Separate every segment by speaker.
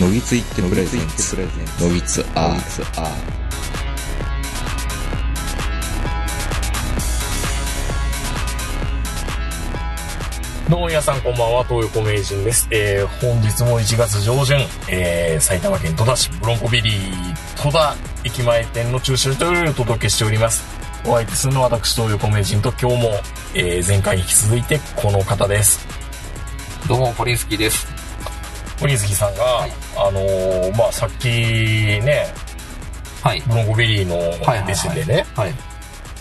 Speaker 1: のぎついってプレゼンツ
Speaker 2: プレゼン
Speaker 1: のぎつアーツア
Speaker 3: どうも皆さんこんばんは、東横名人です。えー、本日も1月上旬、えー、埼玉県戸田市ブロンコビリー戸田駅前店の駐車場よりお届けしております。お相手するのは私、東横名人と今日も、えー、前回に引き続いてこの方です。
Speaker 4: どうも、ポリンスキーです。
Speaker 3: 森月さんが、あのーまあ、さっきね、
Speaker 4: はい。
Speaker 3: ブロンコビリーの
Speaker 4: はいはい
Speaker 3: 弟子でね、
Speaker 4: はい。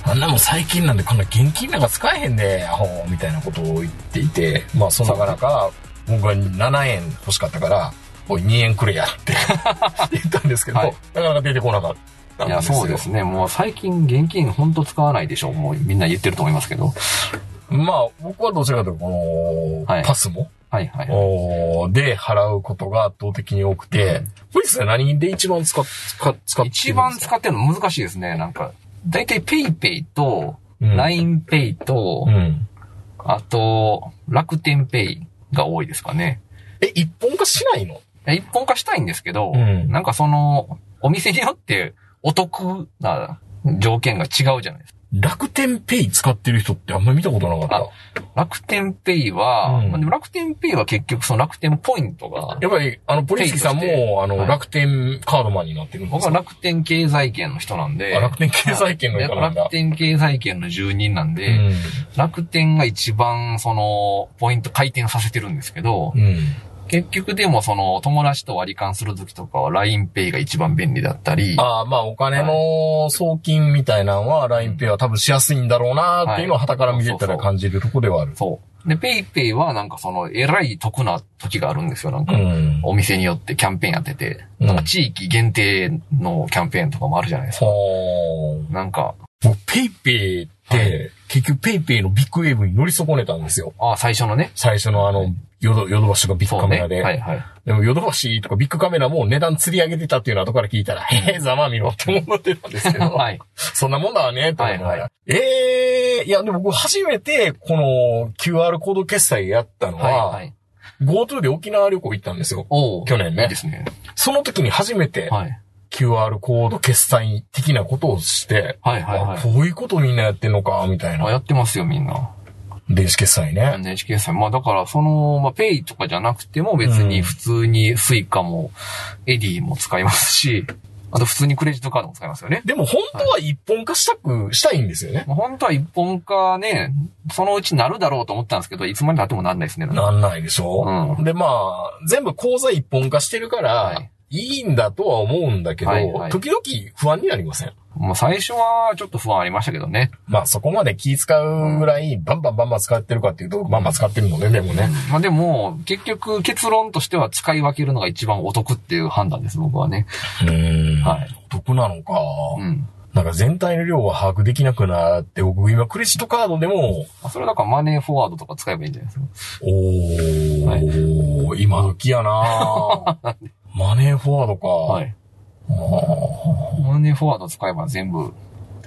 Speaker 3: あんなもん最近なんでこんな現金なんか使えへんで、アホみたいなことを言っていて、まあその中なか、僕は7円欲しかったから、おい2円くれやって 言ったんですけど、
Speaker 4: はい
Speaker 3: なかなか出てこなかったん
Speaker 4: い
Speaker 3: ですよ。
Speaker 4: や、そうですね。もう最近現金ほんと使わないでしょ。もうみんな言ってると思いますけど。
Speaker 3: まあ僕はどちらかというと、この、
Speaker 4: はい
Speaker 3: パスも、
Speaker 4: はいはい。
Speaker 3: おーで払うことが圧倒的に多くて、ポリスは何で一番使っ、使っ、使ってるんですか
Speaker 4: 一番使ってるの難しいですね。なんか、だいたい PayPay と、
Speaker 3: うん
Speaker 4: LINEPay と、
Speaker 3: うん。
Speaker 4: あと、楽天 Pay が多いですかね。
Speaker 3: え、一本化しないの
Speaker 4: いや一本化したいんですけど、
Speaker 3: うん
Speaker 4: なんかその、お店によってお得な条件が違うじゃないですか。
Speaker 3: 楽天ペイ使ってる人ってあんまり見たことなかった。
Speaker 4: あ楽天 Pay は、
Speaker 3: うん
Speaker 4: まあでも楽天 Pay は結局その楽天ポイントが、
Speaker 3: やっぱり、あの、ポリスキさん
Speaker 4: ペイとして
Speaker 3: も、あの、
Speaker 4: はい
Speaker 3: 楽天カードマンになってるんで
Speaker 4: 僕
Speaker 3: す
Speaker 4: は
Speaker 3: か
Speaker 4: 楽天経済圏の人なんで。
Speaker 3: あ楽天経済圏の人なんだ
Speaker 4: 楽天経済圏の住人なんで、楽天が一番その、ポイント回転させてるんですけど、
Speaker 3: うん。うん。
Speaker 4: 結局でもその、友達と割り勘するときとかは LINEPay が一番便利だったり、
Speaker 3: ああ、まあ、お金の送金みたいなのは、ラインペイは多分しやすいんだろうなっていうのを、
Speaker 4: はい
Speaker 3: 旗から見てたら感じるとこではある。
Speaker 4: そう。で、PayPay はなんかその、えらい得な時があるんですよ、なんか。
Speaker 3: うん。
Speaker 4: お店によってキャンペーンやってて、
Speaker 3: うん
Speaker 4: なんか地域限定のキャンペーンとかもあるじゃないですか。
Speaker 3: ほー。
Speaker 4: なんか、
Speaker 3: 僕、ペイペイっ
Speaker 4: は
Speaker 3: て、結局ペイペイのビッグウェーブに乗り損ねたんですよ。
Speaker 4: あ最初のね、
Speaker 3: 最初のあの、ヨド、ヨドバシとかビッグ
Speaker 4: そ
Speaker 3: カ
Speaker 4: う
Speaker 3: メ
Speaker 4: ね。
Speaker 3: ラで。
Speaker 4: はい はい。
Speaker 3: でも、ヨドバシとかビッグカメラも値段釣り上げてたっていうのは後から聞いたら、へえ、ざまあみろって思ってたんです けど。
Speaker 4: はい。
Speaker 3: そんなもんだわね、と思いなが
Speaker 4: はい
Speaker 3: ら
Speaker 4: は
Speaker 3: ええいや、でも僕初めて、この QR コード決済やったの
Speaker 4: はい
Speaker 3: は、
Speaker 4: はい。
Speaker 3: GoTo で沖縄旅行行ったんですよ。
Speaker 4: おう
Speaker 3: 去年ね
Speaker 4: いいですね。
Speaker 3: その時に初めて
Speaker 4: はい。
Speaker 3: QR コード決済的なことをして、
Speaker 4: はいはいは
Speaker 3: あ
Speaker 4: い。
Speaker 3: こういうことみんなやってんのか、みたい
Speaker 4: あ
Speaker 3: な。
Speaker 4: やってますよ、みんな。
Speaker 3: 電子決済ね。
Speaker 4: NHK さん。まあだから、その、まあ、ペイとかじゃなくても
Speaker 3: う
Speaker 4: 別に
Speaker 3: ん
Speaker 4: 普通にスイカも、エディも使いますし、あと普通にクレジットカードも使いますよね。
Speaker 3: でも本当は一本化したく、したいんですよね。
Speaker 4: まあ本当は一本化ね、そのうちなるだろうと思ったんですけど、いつまでなってもなんないですね。
Speaker 3: なんないでしょ、
Speaker 4: うん
Speaker 3: で、まあ、全部口座一本化してるから、
Speaker 4: はい
Speaker 3: い、いんだとは思うんだけど、
Speaker 4: はいはい
Speaker 3: 時々不安になりません
Speaker 4: もう最初はちょっと不安ありましたけどね。
Speaker 3: まあそこまで気使うぐらいバンバンバンバン使ってるかっていうと、バンバン使ってるのね、でもね。
Speaker 4: まあでも、結局結論としては使い分けるのが一番お得っていう判断です、僕はね。
Speaker 3: うん
Speaker 4: はい。
Speaker 3: 得なのか。
Speaker 4: うん。
Speaker 3: なんか全体の量は把握できなくなって、僕今クレジットカードでも、
Speaker 4: まあそれはだからマネーフォワードとか使えばいいんじゃないですか。
Speaker 3: おー、
Speaker 4: はい
Speaker 3: 今時や なマネーフォワードか。
Speaker 4: はい。マネーフォワード使えば全部、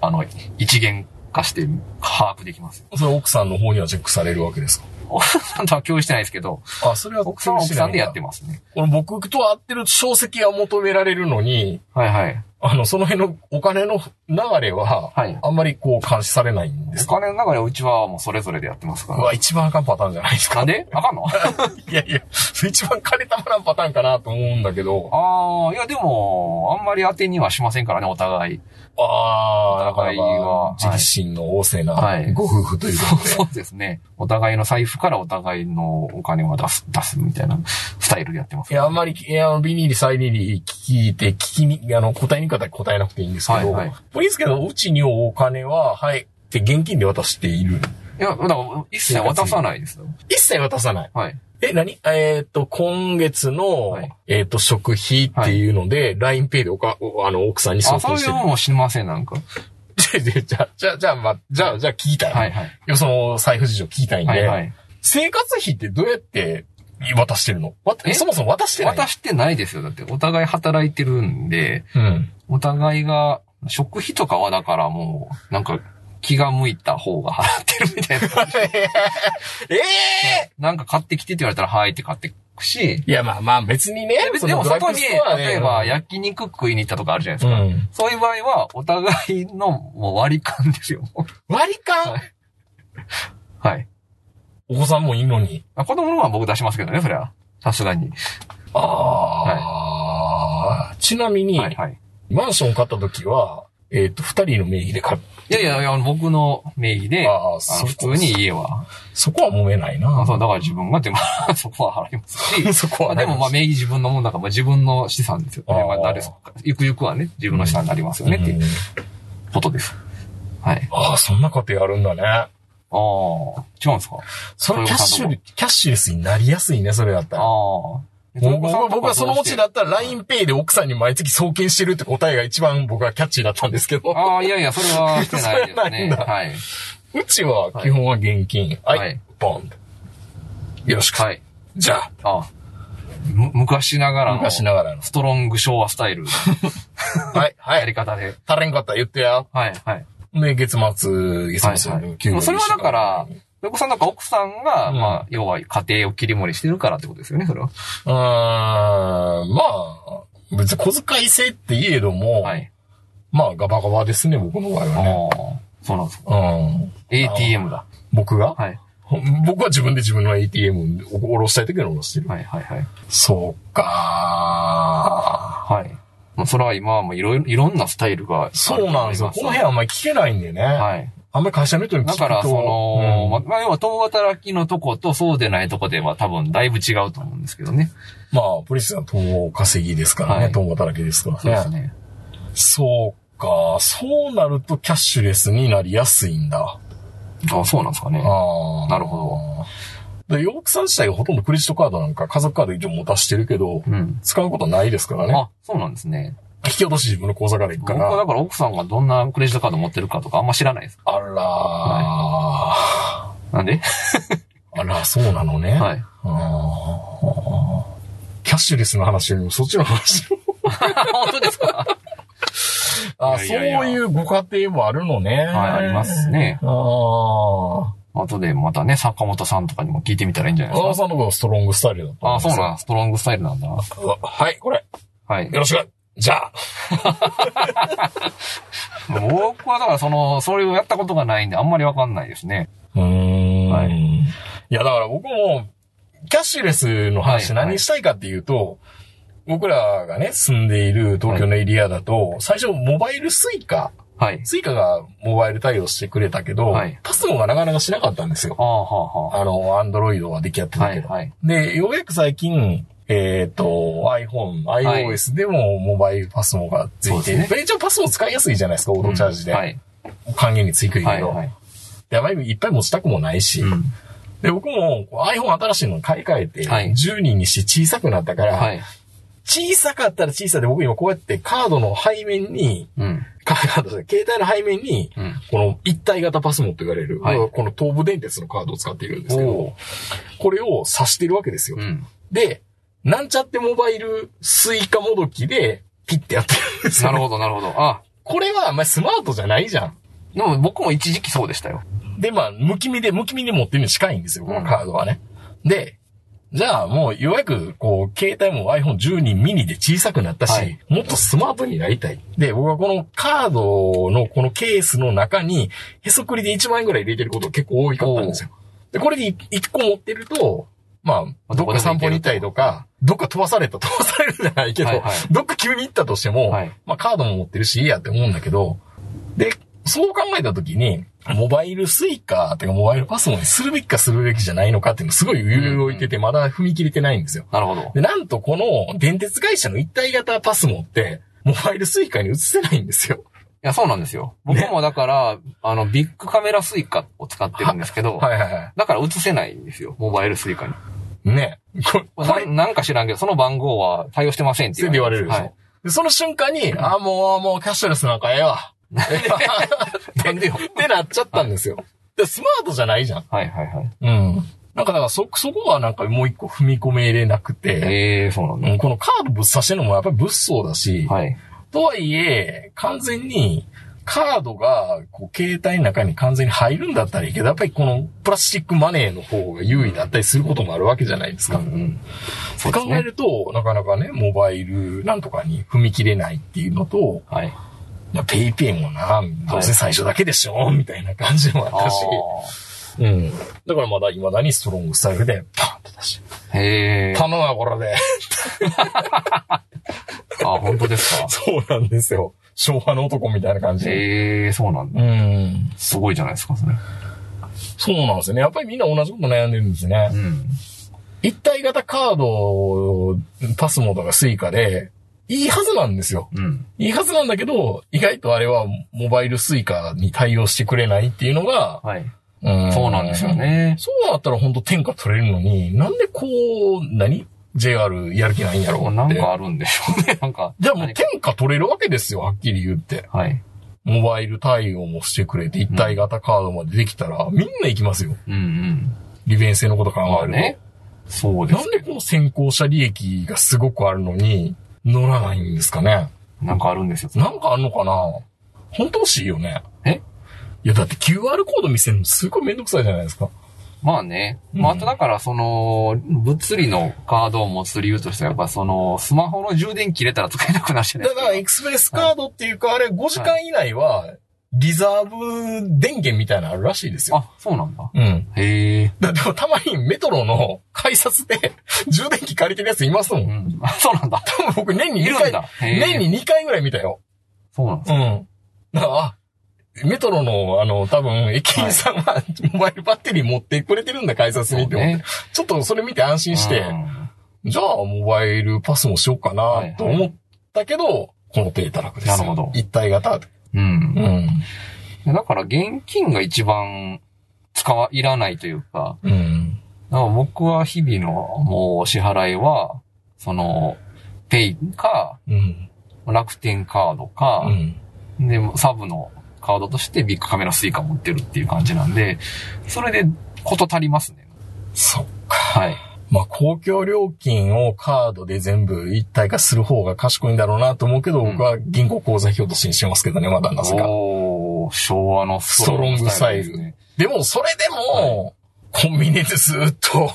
Speaker 4: あの、一元化して把握できますよ。
Speaker 3: それ奥さんの方にはチェックされるわけです
Speaker 4: 奥さんとは共有してないですけど、
Speaker 3: かあ、それは
Speaker 4: 奥さんは奥さんでやって
Speaker 3: も。
Speaker 4: ますね。
Speaker 3: この僕と合ってる小籍は求められるのに、
Speaker 4: はいはい。
Speaker 3: あの、その辺のお金の流れは
Speaker 4: はい、
Speaker 3: あんまりこう監視されないんですか
Speaker 4: お金の中でうちはもうそれぞれでやってますか
Speaker 3: う
Speaker 4: ら。
Speaker 3: わ、一番あかんパターンじゃないです
Speaker 4: な
Speaker 3: か。
Speaker 4: んであかんの
Speaker 3: いやいや、一番金たまらんパターンかなと思うんだけど。
Speaker 4: ああ、いやでも、あんまり当てにはしませんからね、お互い。
Speaker 3: ああ、な
Speaker 4: お
Speaker 3: か
Speaker 4: 互いは
Speaker 3: なか、自立心の旺盛
Speaker 4: は
Speaker 3: ないご夫婦というこ
Speaker 4: そう
Speaker 3: とで。
Speaker 4: そうですね。お互いの財布からお互いのお金を出す、出すみたいなスタイルでやってます。
Speaker 3: いや、あんまり、いや、ビニール、サイニーリ聞いて、聞きに、あの、答えにくかったら答えなくていいんですけど、、
Speaker 4: はいいはい
Speaker 3: いですけど、うちにお金は、はい、って現金で渡している。
Speaker 4: いや、だから一切渡さないですよ。
Speaker 3: 一切渡さない。
Speaker 4: はい。
Speaker 3: え、何えっ、と、今月の、
Speaker 4: はい
Speaker 3: えっ、と、食費っていうので、LINEPay でおか、おあの、奥さんに送
Speaker 4: あ、そ
Speaker 3: 金
Speaker 4: うい
Speaker 3: し
Speaker 4: う
Speaker 3: てる
Speaker 4: の。もしません、なんか。
Speaker 3: じゃ あ、じゃあ、じゃあ、じゃあ、まあ、じゃあ、じゃあ聞いたら。
Speaker 4: はいはい。
Speaker 3: いやその財布事情聞きたいんで、
Speaker 4: はいはい。
Speaker 3: 生活費ってどうやって渡してるのわた
Speaker 4: え
Speaker 3: そもそも渡してない。
Speaker 4: 渡してないですよ。だって、お互い働いてるんで、
Speaker 3: うん。
Speaker 4: お互いが、食費とかはだからもう、なんか、気が向いた方 が払ってるみたいな。
Speaker 3: ええ
Speaker 4: なんか買ってきてって言われたら、はいって買ってくし、
Speaker 3: いや、まあまあ、別にね。
Speaker 4: ででもそこに、例えば
Speaker 3: や
Speaker 4: 焼肉食いに行ったとかあるじゃないです
Speaker 3: う
Speaker 4: か。
Speaker 3: ん。
Speaker 4: そういう場合は、お互いのもう割り勘ですよ。
Speaker 3: 割り勘、
Speaker 4: はいはい。
Speaker 3: お子さんもいいのに。
Speaker 4: まあ子供のは僕出しますけどね、それは。さすがに。
Speaker 3: ああ、ちなみに、
Speaker 4: はいはい。
Speaker 3: マンション買った時は、えっ、と、二人の名義で買っ
Speaker 4: いやいやいや、僕の名義で、
Speaker 3: あー
Speaker 4: あの
Speaker 3: そう
Speaker 4: 普通に家は。
Speaker 3: そこは揉めないな。
Speaker 4: あそう、だから自分が手間、 そこは払います し。
Speaker 3: そこ
Speaker 4: まあ
Speaker 3: は
Speaker 4: でもまあ名義自分のもんだから、まあ自分の資産ですよね。
Speaker 3: あー
Speaker 4: まあ誰そゆくゆくはね、自分の資産になりますよねっていう
Speaker 3: うん
Speaker 4: ことです。はい。
Speaker 3: ああ、そんなことやるんだね。
Speaker 4: ああ、違うんですか
Speaker 3: それキャッシュ、キャッシュレスになりやすいね、それだった
Speaker 4: あ
Speaker 3: ら。
Speaker 4: あ。
Speaker 3: もう僕は僕はそのうちだったら LINEPay で奥さんに毎月送金してるって答えが一番僕はキャッチーだったんですけど、
Speaker 4: ああ、いやいや、それはしてないで
Speaker 3: そ
Speaker 4: す
Speaker 3: れないん
Speaker 4: ね。
Speaker 3: だ
Speaker 4: はい。
Speaker 3: うちは基本は現金。はい、
Speaker 4: はい
Speaker 3: ボン。よろしく。
Speaker 4: はい。
Speaker 3: じゃあ、
Speaker 4: ああむ昔ながらの、
Speaker 3: 昔ながらの。
Speaker 4: ストロング昭和スタイルの
Speaker 3: はい、は
Speaker 4: やり
Speaker 3: い。
Speaker 4: 方で。
Speaker 3: 足りんかったら言ってや。
Speaker 4: はい、はい。
Speaker 3: で、月末、月末
Speaker 4: はいは
Speaker 3: の
Speaker 4: い
Speaker 3: 給料に
Speaker 4: それはだから、お子さんなんか奥さんが、
Speaker 3: うん
Speaker 4: まあ、要は家庭を切り盛りしてるからってことですよね、それは。
Speaker 3: うーん、まあ、別に小遣い制って言えども、
Speaker 4: はい。
Speaker 3: まあ、ガバガバですね、僕の場合
Speaker 4: ああ
Speaker 3: は、
Speaker 4: そうなんですか。
Speaker 3: ね。うん。
Speaker 4: ATM だ。
Speaker 3: 僕が、
Speaker 4: はい。
Speaker 3: 僕は自分で自分の ATM を下ろしたい時に下ろしてる。
Speaker 4: はい、はい、はい。
Speaker 3: そうか
Speaker 4: はい。まあ、それは今はもういろいろ、いろんなスタイルがある
Speaker 3: ーそうなんですよ。この辺はあんまり聞けないんでね。
Speaker 4: はい。
Speaker 3: あんまり会社の人に聞く
Speaker 4: だ
Speaker 3: と。
Speaker 4: から、その、
Speaker 3: うん
Speaker 4: ま
Speaker 3: ま
Speaker 4: まあ、要は、共働きのとこと、そうでないとこでは多分、だいぶ違うと思うんですけどね。
Speaker 3: あ、ポリスは共稼ぎですから
Speaker 4: は
Speaker 3: ね。
Speaker 4: い
Speaker 3: 共、働きですからね。
Speaker 4: そうですね。
Speaker 3: そうか。そうなるとキャッシュレスになりやすいんだ。
Speaker 4: あそうなんですかね。
Speaker 3: ああ。
Speaker 4: なるほ
Speaker 3: ど。で、ヨークさん自体がほとんどクレジットカードなんか家族カード一応持たしてるけど、
Speaker 4: うん。
Speaker 3: 使うことないですからね。
Speaker 4: あ、そうなんですね。
Speaker 3: 引き落とし自分の口座から行くか
Speaker 4: 僕
Speaker 3: ら。
Speaker 4: はだから奥さんがどんなクレジットカード持ってるかとかあんま知らないです。
Speaker 3: あらー、
Speaker 4: なんで
Speaker 3: あら、そうなのね。
Speaker 4: はい。
Speaker 3: あーキャッシュレスの話よりもそっちの 話。
Speaker 4: 本当ですか
Speaker 3: あ
Speaker 4: いやいや
Speaker 3: そういうご家庭もあるのね。
Speaker 4: はい、あります。ね。
Speaker 3: ああ。
Speaker 4: 後でまたね、坂本さんとかにも聞いてみたらいいんじゃない
Speaker 3: 小
Speaker 4: で
Speaker 3: 川
Speaker 4: すか。
Speaker 3: さんの方がストロングスタイルだった
Speaker 4: あそう
Speaker 3: の
Speaker 4: なん、ストロングスタイルなんだな。
Speaker 3: はい、これ。
Speaker 4: はい
Speaker 3: よ。ろしく。じゃあ。
Speaker 4: 僕はだからその、それをやったことがないんで、あんまりわかんないですね。
Speaker 3: うーん。
Speaker 4: はい
Speaker 3: い、や、だから僕も、キャッシュレスの話
Speaker 4: はい
Speaker 3: 何したいかっていうと、僕らがね、住んでいる東京のエリアだと、最初モバイルスイカ、
Speaker 4: はい。
Speaker 3: スイカがモバイル対応してくれたけど、
Speaker 4: はい
Speaker 3: パスモがなかなかしなかったんですよ。
Speaker 4: ああ、は
Speaker 3: あの、アンドロイドは出来合って
Speaker 4: あ、
Speaker 3: た
Speaker 4: はあ。は
Speaker 3: け
Speaker 4: い、
Speaker 3: ど。
Speaker 4: はい。
Speaker 3: で、ようやく最近、えっ、と、iPhone、
Speaker 4: い
Speaker 3: iOS でもモバイルパスモがつい
Speaker 4: そう
Speaker 3: て、
Speaker 4: です
Speaker 3: 一応パスモ使いやすいじゃないですか、オートチャージで。
Speaker 4: はい。
Speaker 3: 還元についくけど、
Speaker 4: はい、はい。
Speaker 3: であまりいっぱい持ちたくもないし、
Speaker 4: うん。
Speaker 3: で、僕もこう iPhone 新しいの買い替えて、
Speaker 4: はい
Speaker 3: 10人にして小さくなったから、
Speaker 4: はい。
Speaker 3: 小さかったら小さいで、僕今こうやってカードの背面に、
Speaker 4: うん。
Speaker 3: カードじゃない携帯の背面に、
Speaker 4: うん。
Speaker 3: この一体型パスモって言われる、
Speaker 4: はい
Speaker 3: この東武電鉄のカードを使っているんですけど
Speaker 4: お、
Speaker 3: これを挿してるわけですよ。
Speaker 4: うん。
Speaker 3: で、なんちゃってモバイルスイカもどきで、ピッてやってるんですよ
Speaker 4: なるほど、なるほど。あ、
Speaker 3: これは、まあ、スマートじゃないじゃん。
Speaker 4: でも僕も一時期そうでしたよ。
Speaker 3: で、まあ、むき身で、むき身で持ってるに近いんですよ、このカードはね。で、じゃあもう、ようやく、こう、携帯も iPhone12 ミニで小さくなったし、
Speaker 4: はい
Speaker 3: もっとスマートになりたい。で、僕はこのカードのこのケースの中に、へそくりで1万円ぐらい入れてること結構多いかったんですよ。で、これで1個持ってると、まあ、どっか散歩に行ったりとか、どっか飛ばされた、飛ばされるじゃないけど、
Speaker 4: はいはい
Speaker 3: どっか急に行ったとしても、
Speaker 4: はい
Speaker 3: まあカードも持ってるし、いいやって思うんだけど、で、そう考えたときに、モバイルスイカというかモバイルパスモにするべきかするべきじゃないのかっていうのすごい揺れ動いてて、まだ踏み切れてないんですよ。
Speaker 4: なるほど。
Speaker 3: で、なんとこの電鉄会社の一体型パスモって、モバイルスイカに移せないんですよ。
Speaker 4: いや、そうなんですよ。僕もだから、あの、ビッグカメラスイカを使ってるんですけど、
Speaker 3: はいはいは
Speaker 4: だから映せないんですよ、モバイルスイカに。
Speaker 3: い。ねここ
Speaker 4: な
Speaker 3: れ、
Speaker 4: なんか知らんけど、その番号は対応してませんって
Speaker 3: 全部言われるでしょ。
Speaker 4: はい。
Speaker 3: でその瞬間に、あ、もう、もうキャッシュレスなんかええ わ。ええわ
Speaker 4: なんでよ。
Speaker 3: ってなっちゃったんですよ。で、スマートじゃないじゃん。
Speaker 4: はいはいはい。
Speaker 3: うん。なんかだからそ、そこはなんかもう一個踏み込めれなくて、
Speaker 4: ええー、そうなんだ。
Speaker 3: うんこのカードぶっ刺してるのもやっぱり物騒だし、
Speaker 4: はい。
Speaker 3: とはいえ、完全にカードが、こう、携帯の中に完全に入るんだったらいいけど、やっぱりこの、プラスチックマネーの方が優位だったりすることもあるわけじゃないですか。
Speaker 4: ん。そうです
Speaker 3: 考え
Speaker 4: ね。
Speaker 3: ると、なかなかね、モバイルなんとかに踏み切れないっていうのと、
Speaker 4: はい。
Speaker 3: いやペイペイもな、どうせ最初だけでしょ、みたいな感じもあったし、うん。だからまだ未だにストロングスタイルで、パンと出して、
Speaker 4: あーへえ。
Speaker 3: 頼むわ、これで。
Speaker 4: あ、本当ですか
Speaker 3: そうなんですよ。昭和の男みたいな感じで。
Speaker 4: へえ、そうなんだ。
Speaker 3: うん。
Speaker 4: すごいじゃないですか、それ。
Speaker 3: そうなんですよね。やっぱりみんな同じこと悩んでるんですね。
Speaker 4: ん。
Speaker 3: 一体型カード、パスモとかスイカで、いいはずなんですよ。
Speaker 4: うん。
Speaker 3: いいはずなんだけど、意外とあれはモバイルスイカに対応してくれないっていうのが、
Speaker 4: はい。
Speaker 3: うん
Speaker 4: そうなんですよ。ね。
Speaker 3: そうなったら本当天下取れるのに、なんでこう、何 ?JR やる気ないんやろうって。
Speaker 4: なんかあるんでしょ うね、なんか。
Speaker 3: じゃあもう
Speaker 4: 何か
Speaker 3: 天下取れるわけですよ、はっきり言って。
Speaker 4: はい。
Speaker 3: モバイル対応もしてくれて、一体型カードまでできたら、みんな行きますよ。
Speaker 4: うんうん。
Speaker 3: 利便性のこと考
Speaker 4: ま
Speaker 3: え
Speaker 4: あ
Speaker 3: ると。
Speaker 4: ね。そうで
Speaker 3: な
Speaker 4: す
Speaker 3: ん
Speaker 4: け
Speaker 3: で
Speaker 4: ど。
Speaker 3: この先行者利益がすごくあるのに、乗らないんですかね。
Speaker 4: なんかあるんですよ。
Speaker 3: なんかあんのかな本当欲しいよね。
Speaker 4: え
Speaker 3: いや、だって QR コード見せるのすごいめんどくさいじゃないですか。
Speaker 4: まあね。まあ、あとだから、その、物理のカードを持つ理由としては、やっぱその、スマホの充電切れたら使えなくなるじゃな
Speaker 3: だ
Speaker 4: いです
Speaker 3: か
Speaker 4: か。
Speaker 3: ら、エクスプレスカードっていうか、あれ5時間以内は、リザーブ電源みたいなのあるらしいですよ。
Speaker 4: あ、そうなんだ。
Speaker 3: うん。
Speaker 4: へえ。
Speaker 3: だってたまにメトロの改札で充電器借りてるやついますも。
Speaker 4: うんん。あ そうなんだ。
Speaker 3: 多分僕年に
Speaker 4: い
Speaker 3: 2
Speaker 4: るん
Speaker 3: 回、
Speaker 4: だ。へえ。
Speaker 3: 年に2回ぐらい見たよ。
Speaker 4: そうなんです。
Speaker 3: うん。だから、あメトロの、あの、多分、駅員さんは、モバイルバッテリー持ってくれてるんだ、改札にって思って、
Speaker 4: そうね
Speaker 3: ちょっとそれ見て安心して、
Speaker 4: うん
Speaker 3: じゃあ、モバイルパスもしようか
Speaker 4: はいは、
Speaker 3: ないと思ったけど、この手たらくですよ。
Speaker 4: なるほど
Speaker 3: 一体型。
Speaker 4: う。
Speaker 3: うんん。
Speaker 4: でだから、現金が一番、使わ、いらないというか、
Speaker 3: うん。
Speaker 4: だから僕は日々のもう支払いは、その、ペイか、
Speaker 3: うん。
Speaker 4: 楽天カードか
Speaker 3: う、ん。
Speaker 4: で、サブのカードとしてビッグカメラスイカ持ってるっていう感じなんで、それでこと足りますね。
Speaker 3: そっか。
Speaker 4: はい。
Speaker 3: まあ、公共料金をカードで全部一体化する方が賢いんだろうなと思うけど、
Speaker 4: うん
Speaker 3: 僕は銀行口座表としてにしてますけどね、まだなぜか。
Speaker 4: おー昭和のストロングスタイルですね。
Speaker 3: でも、それでも、コンビニでずっと、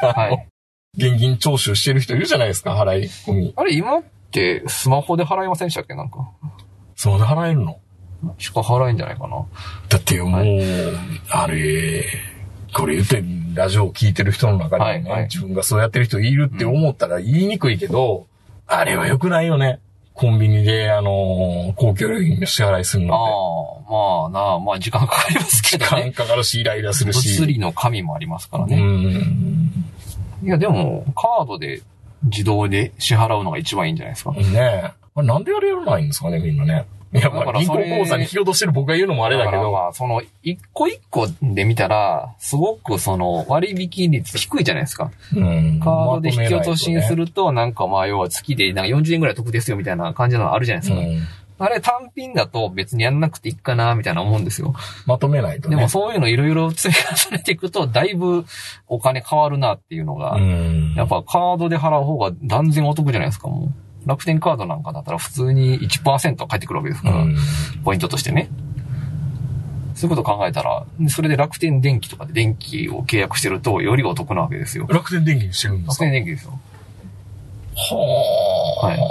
Speaker 3: あ
Speaker 4: は
Speaker 3: の
Speaker 4: い。
Speaker 3: 現金徴収してる人いるじゃないですか、払い込み。
Speaker 4: あれ、今ってスマホで払いませんでしたっけなんか。
Speaker 3: それで払えるの
Speaker 4: しか払えんじゃないかな。
Speaker 3: だってもう、
Speaker 4: は
Speaker 3: あれ、これ言って、ラジオを聞いてる人の中でね、
Speaker 4: はいはい
Speaker 3: 自分がそうやってる人いるって思ったら言いにくいけど、あれは良くないよね。コンビニで、あのー公共料金の支払いする
Speaker 4: あ
Speaker 3: の
Speaker 4: あ、まあなあ、まあ時間かかります
Speaker 3: って。
Speaker 4: け
Speaker 3: 時
Speaker 4: ど
Speaker 3: 間
Speaker 4: ね。
Speaker 3: かかるし、イライラするし。
Speaker 4: 物理の神もありますから
Speaker 3: う
Speaker 4: ね。
Speaker 3: ん。
Speaker 4: いや、でも、カードで自動で支払うのが一番いいんじゃないですか。
Speaker 3: ねえ。あれなんでやれないんですかね、みんなね。いや、ま
Speaker 4: だか
Speaker 3: あ、
Speaker 4: ら
Speaker 3: 銀
Speaker 4: そ
Speaker 3: 行
Speaker 4: れ
Speaker 3: 口座に引き落としてる僕が言うのもあれだけ
Speaker 4: から
Speaker 3: ど。
Speaker 4: まあ、その、一個一個で見たら、すごくその、割引率低いじゃないですか。
Speaker 3: うん
Speaker 4: カードで引き落としにす
Speaker 3: る。
Speaker 4: ると、なんかまあ、要は月で、なんか40円ぐらい得ですよ、みたいな感じのあるじゃないです
Speaker 3: うん。
Speaker 4: か。あれ単品だと別にやんなくていいかな、みたいな思うんですよ。
Speaker 3: まとめないと
Speaker 4: で
Speaker 3: ね。
Speaker 4: もそういうのいろいろ追加されていくと、だいぶお金変わるなっていうのが、
Speaker 3: うん。
Speaker 4: やっぱカードで払う方が断然お得じゃないですか、もう。楽天カードなんかだったら普通に1%返ってくるわけですから。
Speaker 3: うん。
Speaker 4: ポイントとしてね。そういうことを考えたら、それで楽天電気とかで電気を契約してると、よりお得なわけですよ。
Speaker 3: 楽天電気にしてるんです
Speaker 4: 楽
Speaker 3: か
Speaker 4: 天電気ですよ。
Speaker 3: は
Speaker 4: はい。
Speaker 3: あ。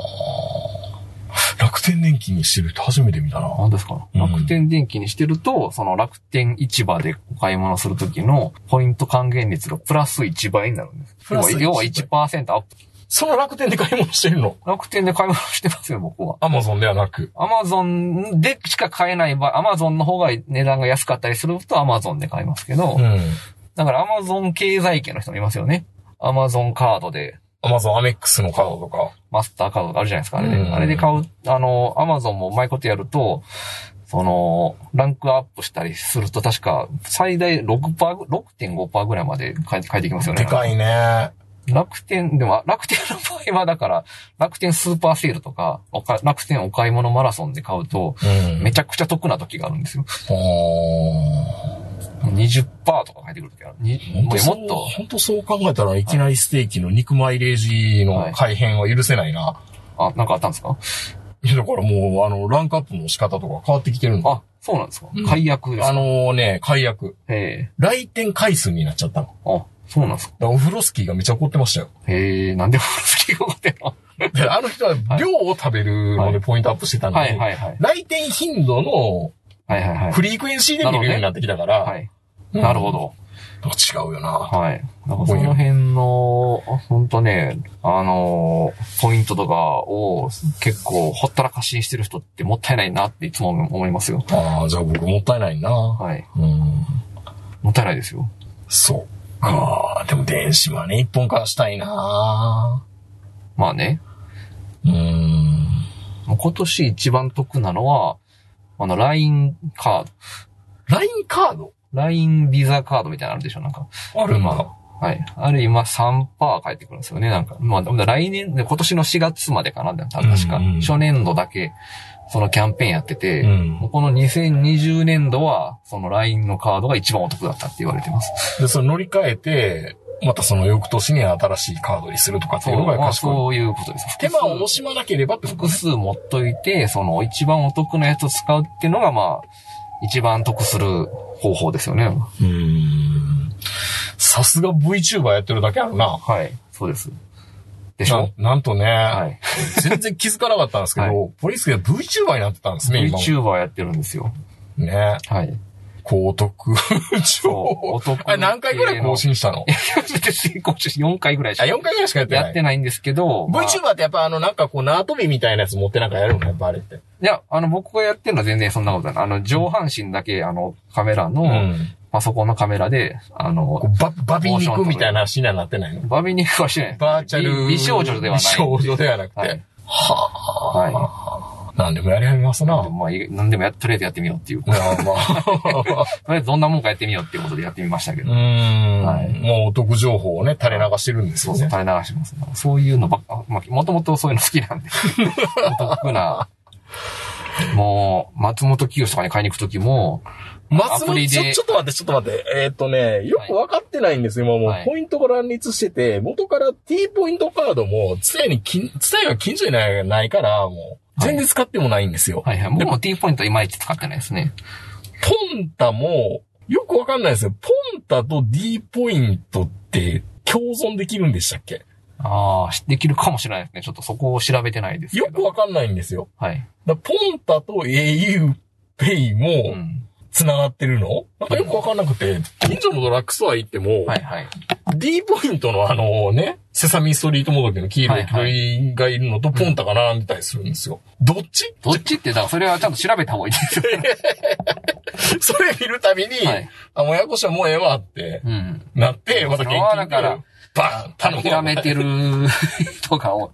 Speaker 3: 楽天年金にしてるって初めて見たな。
Speaker 4: 何ですか、
Speaker 3: うん
Speaker 4: 楽天電気にしてると、その楽天市場でお買い物するときのポイント還元率がプラス1倍になるんです。
Speaker 3: プラス1倍
Speaker 4: 要は要は1%アップ。
Speaker 3: その楽天で買い物してるの
Speaker 4: 楽天で買い物してますよ、僕は。
Speaker 3: アマゾンではなく。
Speaker 4: アマゾンでしか買えない場合、アマゾンの方が値段が安かったりするとアマゾンで買いますけ
Speaker 3: ん。
Speaker 4: ど、だからアマゾン経済圏の人もいますよね。アマゾンカードで、
Speaker 3: アマゾンアメックスのカードとか。
Speaker 4: マスターカードがあるじゃないですか、あれで。
Speaker 3: うん
Speaker 4: あれで買う、あの、アマゾンもうまいことやると、その、ランクアップしたりすると確か最大6%、6.5%ぐらいまで変え変えてきますよね。
Speaker 3: でかいね。
Speaker 4: 楽天、でも楽天の場合はだから、楽天スーパーセールとか、おか楽天お買い物マラソンで買うと、
Speaker 3: うん
Speaker 4: め
Speaker 3: ち
Speaker 4: ちゃくちゃ得な時があるんですよ。
Speaker 3: ゃ。ほ
Speaker 4: 20%とか返ってくる時ある。に
Speaker 3: ん
Speaker 4: も
Speaker 3: と
Speaker 4: う
Speaker 3: そう
Speaker 4: もっと。
Speaker 3: 本当そう考えたら、いきなりステーキの肉マイレージの改変は許せないな。
Speaker 4: あ、なんかあったんですか
Speaker 3: いや、だからもう、あの、ランクアップの仕方とか変わってきてるんだ。
Speaker 4: あ、そうなんですか
Speaker 3: うん。
Speaker 4: 解約です
Speaker 3: あ
Speaker 4: か。
Speaker 3: のね、解約。
Speaker 4: へえ。
Speaker 3: 来店回数になっちゃったの。だか
Speaker 4: あ、そうなんですか。
Speaker 3: らオフロスキーがめっちゃ怒ってま したよ。
Speaker 4: へえ、なんで俺好きが怒ってんの
Speaker 3: だからあの人は量を食べるの
Speaker 4: は
Speaker 3: で
Speaker 4: い
Speaker 3: ポイントアップしてたの
Speaker 4: はい
Speaker 3: で、
Speaker 4: はいはい。
Speaker 3: 来店頻度の
Speaker 4: はいはいはい
Speaker 3: フ。リークエンシーで見るようになってきたから、
Speaker 4: は
Speaker 3: う
Speaker 4: い。
Speaker 3: ん
Speaker 4: なるほ。ど。
Speaker 3: なんか違うよな。
Speaker 4: はい。なんかその辺の、ほんとね、あのーポイントとかを結構ほったらかしにしてる人ってもったいないなっていつも思いますよ。
Speaker 3: ああ、じゃあ僕もったいないな。
Speaker 4: はい。
Speaker 3: うん。
Speaker 4: もったいないですよ。
Speaker 3: そうか。でも電子マネー一本化したいな。
Speaker 4: まあね、
Speaker 3: うん。
Speaker 4: 今年一番得なのは、あの、LINE カード。
Speaker 3: LINE カード
Speaker 4: LINE ビザカードみたいなのあるでしょなんか。
Speaker 3: あるな。
Speaker 4: はい。あれ今3%返ってくるんですよね。なんか、まあ、来年、今年の4月までかな、確か。
Speaker 3: うんうん
Speaker 4: 初年度だけ、そのキャンペーンやってて、
Speaker 3: うん
Speaker 4: もうこの2020年度は、その LINE のカードが一番お得だったって言われてます。
Speaker 3: で、それ乗り換えて、またその翌年に新しいカードにするとかって
Speaker 4: そ
Speaker 3: いう
Speaker 4: う、
Speaker 3: のが
Speaker 4: まあ、
Speaker 3: 賢い。
Speaker 4: そういうことです。
Speaker 3: 手間を惜しまなければってこと
Speaker 4: 複
Speaker 3: ね。
Speaker 4: 数持っといて、その一番お得なやつを使うっていうのが、まあ、一番得する方法ですよね。
Speaker 3: うん。さすが VTuber やってるだけあるな。
Speaker 4: はい。そうです。でし
Speaker 3: な
Speaker 4: ょ
Speaker 3: なんとね、
Speaker 4: はい。
Speaker 3: 全然気づかなかったんですけど、
Speaker 4: は
Speaker 3: ポリスケが VTuber になってたんですね、今も。
Speaker 4: VTuber やってるんですよ。
Speaker 3: ね。
Speaker 4: はい。
Speaker 3: 高得情
Speaker 4: そうお得
Speaker 3: あれ何回ぐらい更新したの
Speaker 4: 別に今年4回ぐらいし
Speaker 3: あ、
Speaker 4: か
Speaker 3: 4回ぐらいしかやってない。
Speaker 4: やってないんですけど、まあ
Speaker 3: VTuber ってやっぱあの、なんかこう、縄跳びみたいなやつ持ってなんかやるのやっぱあれって。
Speaker 4: いや、あの、僕がやってるのは全然そんなことない。あの、上半身だけ、あの、カメラの、
Speaker 3: うん。
Speaker 4: パソコンのカメラで、あ
Speaker 3: こ
Speaker 4: の、
Speaker 3: うバ、バビ肉みたいなシーンにはなってないの
Speaker 4: バビ肉はしてないです。
Speaker 3: バーチャル。
Speaker 4: 美美少女ではない。
Speaker 3: 美少女ではなくて。
Speaker 4: は
Speaker 3: はいい。
Speaker 4: は
Speaker 3: なんでもやり始めますな。
Speaker 4: い。まあ、い何でもやっとりあえずやってみようっていう。と
Speaker 3: まあまあ。
Speaker 4: りあえずどんなもんかやってみようっていうことでやってみましたけ
Speaker 3: う
Speaker 4: ど。
Speaker 3: ーん。
Speaker 4: はい
Speaker 3: もうお得情報をね、垂れ流してるんです
Speaker 4: そ
Speaker 3: よ
Speaker 4: うそう、
Speaker 3: ね。
Speaker 4: 垂れ流します。そういうのばっか、まあ、もともとそういうの好 きなんで。お得な。もう、松本清とかに買いに行くときも、
Speaker 3: 松
Speaker 4: アプ
Speaker 3: 本
Speaker 4: リ
Speaker 3: ちょ、
Speaker 4: で
Speaker 3: ちょっと待って、ちょっと待って。えーっとね、よく分かってないんですよ。今も
Speaker 4: は
Speaker 3: う
Speaker 4: い
Speaker 3: ポイントが乱立してて、元から T ポイントカードも、常にきん、常には近所にないないから、もう、
Speaker 4: はい
Speaker 3: 全然使ってもないんですよ。
Speaker 4: はいはい。僕も T ポイントいまいち使ってないですね。
Speaker 3: ポンタも、よくわかんないですよ。ポンタと D ポイントって共存できるんでしたっけ
Speaker 4: ああ、できるかもしれないですね。ちょっとそこを調べてないですけど。
Speaker 3: よくわかんないんですよ。
Speaker 4: はい。
Speaker 3: だポンタと au ペイ
Speaker 4: う
Speaker 3: も
Speaker 4: ん。
Speaker 3: 繋がってるの、なんかよくわかんなくて、近所のドラッグストア行っても、
Speaker 4: はいはい。
Speaker 3: D ポイントのあのね、セサミストリートもどきの黄色い鳥がいるのとポンタかなみたいにするんですよ。どっち
Speaker 4: どっちって、だからそれはちゃんと調べた方がいいですよ。
Speaker 3: それ見るたびに、
Speaker 4: はい
Speaker 3: あ、もうややこしはもうええわって
Speaker 4: うん。
Speaker 3: なって、また現金
Speaker 4: だから
Speaker 3: バーン頼む
Speaker 4: 諦めてる 人が多い。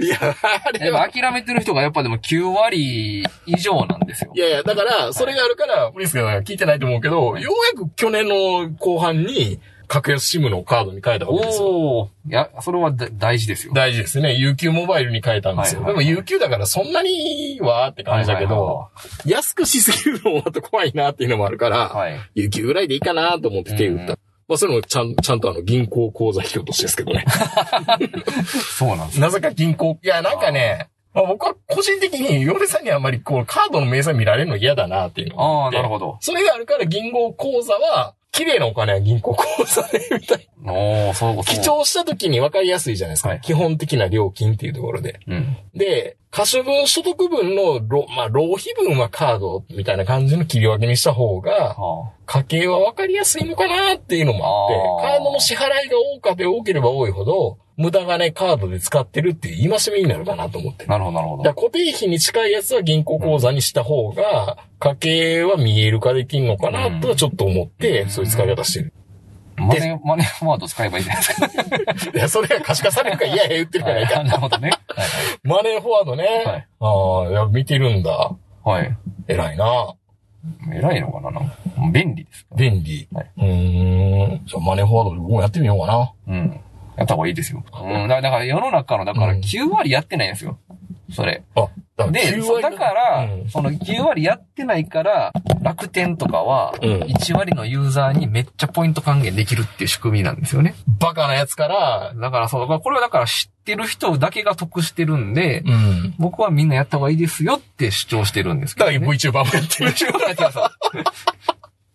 Speaker 3: いや、あ
Speaker 4: や
Speaker 3: れ
Speaker 4: っ
Speaker 3: は。
Speaker 4: ぱ諦めてる人がやっぱでも9割以上なんですよ
Speaker 3: い。やいや、だから、それがあるから、プリンスが聞いてないと思うけど、ようやく去年の後半に、格安シムのカードに変えたわけですよ。
Speaker 4: おおいや、それはだ大事ですよ。
Speaker 3: 大事ですね。UQ モバイルに変えたんですよ。
Speaker 4: はいはいはい
Speaker 3: でも UQ だからそんなにはって感じだけど、安くしすぎるのもまた怖いなっていうのもあるから、
Speaker 4: はいはいはいはい。
Speaker 3: UQ ぐらいでいいかなと思って手打った。
Speaker 4: うん
Speaker 3: まあ、それもちゃん、ちゃんとあの、銀行口座引き落としですけど ね。
Speaker 4: そうなんですよ。
Speaker 3: なぜか銀行、いや、なんかね、まあ、僕は個人的に嫁さんにあんまりこう、カードの明細見られるの嫌だなっていうのが
Speaker 4: あ
Speaker 3: っ
Speaker 4: あ、
Speaker 3: て
Speaker 4: なるほど。
Speaker 3: それがあるから銀行口座は、綺麗なお金は銀行口座で、 みたい
Speaker 4: おおそういうこ
Speaker 3: な。
Speaker 4: と。
Speaker 3: 記。帳した時に分かりやすいじゃないですか。
Speaker 4: はい
Speaker 3: 基本的な料金っていうところで。
Speaker 4: うん。
Speaker 3: で、可処分所得分の、ろまあ、浪費分はカードみたいな感じの切り分けにした方が、
Speaker 4: は
Speaker 3: 家計は分かりやすいのかなっていうのもあって、
Speaker 4: あー
Speaker 3: カードの支払いが多かで多ければ多いほど、無駄金カードで使ってるっていう戒めになるかなと思って
Speaker 4: あ。。なるほど、なるほ
Speaker 3: だから
Speaker 4: ど。
Speaker 3: 固定費に近いやつは銀行口座にした方が、家計は見える化できんのかなとはちょっと思って、
Speaker 4: うん
Speaker 3: そういう使い方してる。
Speaker 4: マネー、マネーフォワード使えばいいじゃないですか。
Speaker 3: いや、それが可視化されるから嫌や言ってるじゃな
Speaker 4: は
Speaker 3: いいか。
Speaker 4: なるほどね。
Speaker 3: マネーフォワードね。
Speaker 4: はい
Speaker 3: ああ、いや、見てるんだ。
Speaker 4: はい。はい。
Speaker 3: 偉いな。
Speaker 4: 偉いのかななんか便利です。
Speaker 3: 便利。
Speaker 4: はいう
Speaker 3: ーん。じゃあマネーフォワードで僕もやってみようかな。
Speaker 4: うん。やった方がいいですよ。うん。だだから世の中の、だから
Speaker 3: うん
Speaker 4: 9割やってないんですよ。それ。
Speaker 3: あ、だ
Speaker 4: で、そうだから、その9割やってないから、楽天とかは、
Speaker 3: うん
Speaker 4: 1割のユーザーにめっちゃポイント還元できるっていう仕組みなんですよね。
Speaker 3: バカなやつから、
Speaker 4: だからそう、だからこれはだから知ってる人だけが得してるんで、
Speaker 3: うん。
Speaker 4: 僕はみんなやった方がいいですよって主張してるんですけ
Speaker 3: だ
Speaker 4: ど、
Speaker 3: から
Speaker 4: ね。
Speaker 3: VTuber もやってる。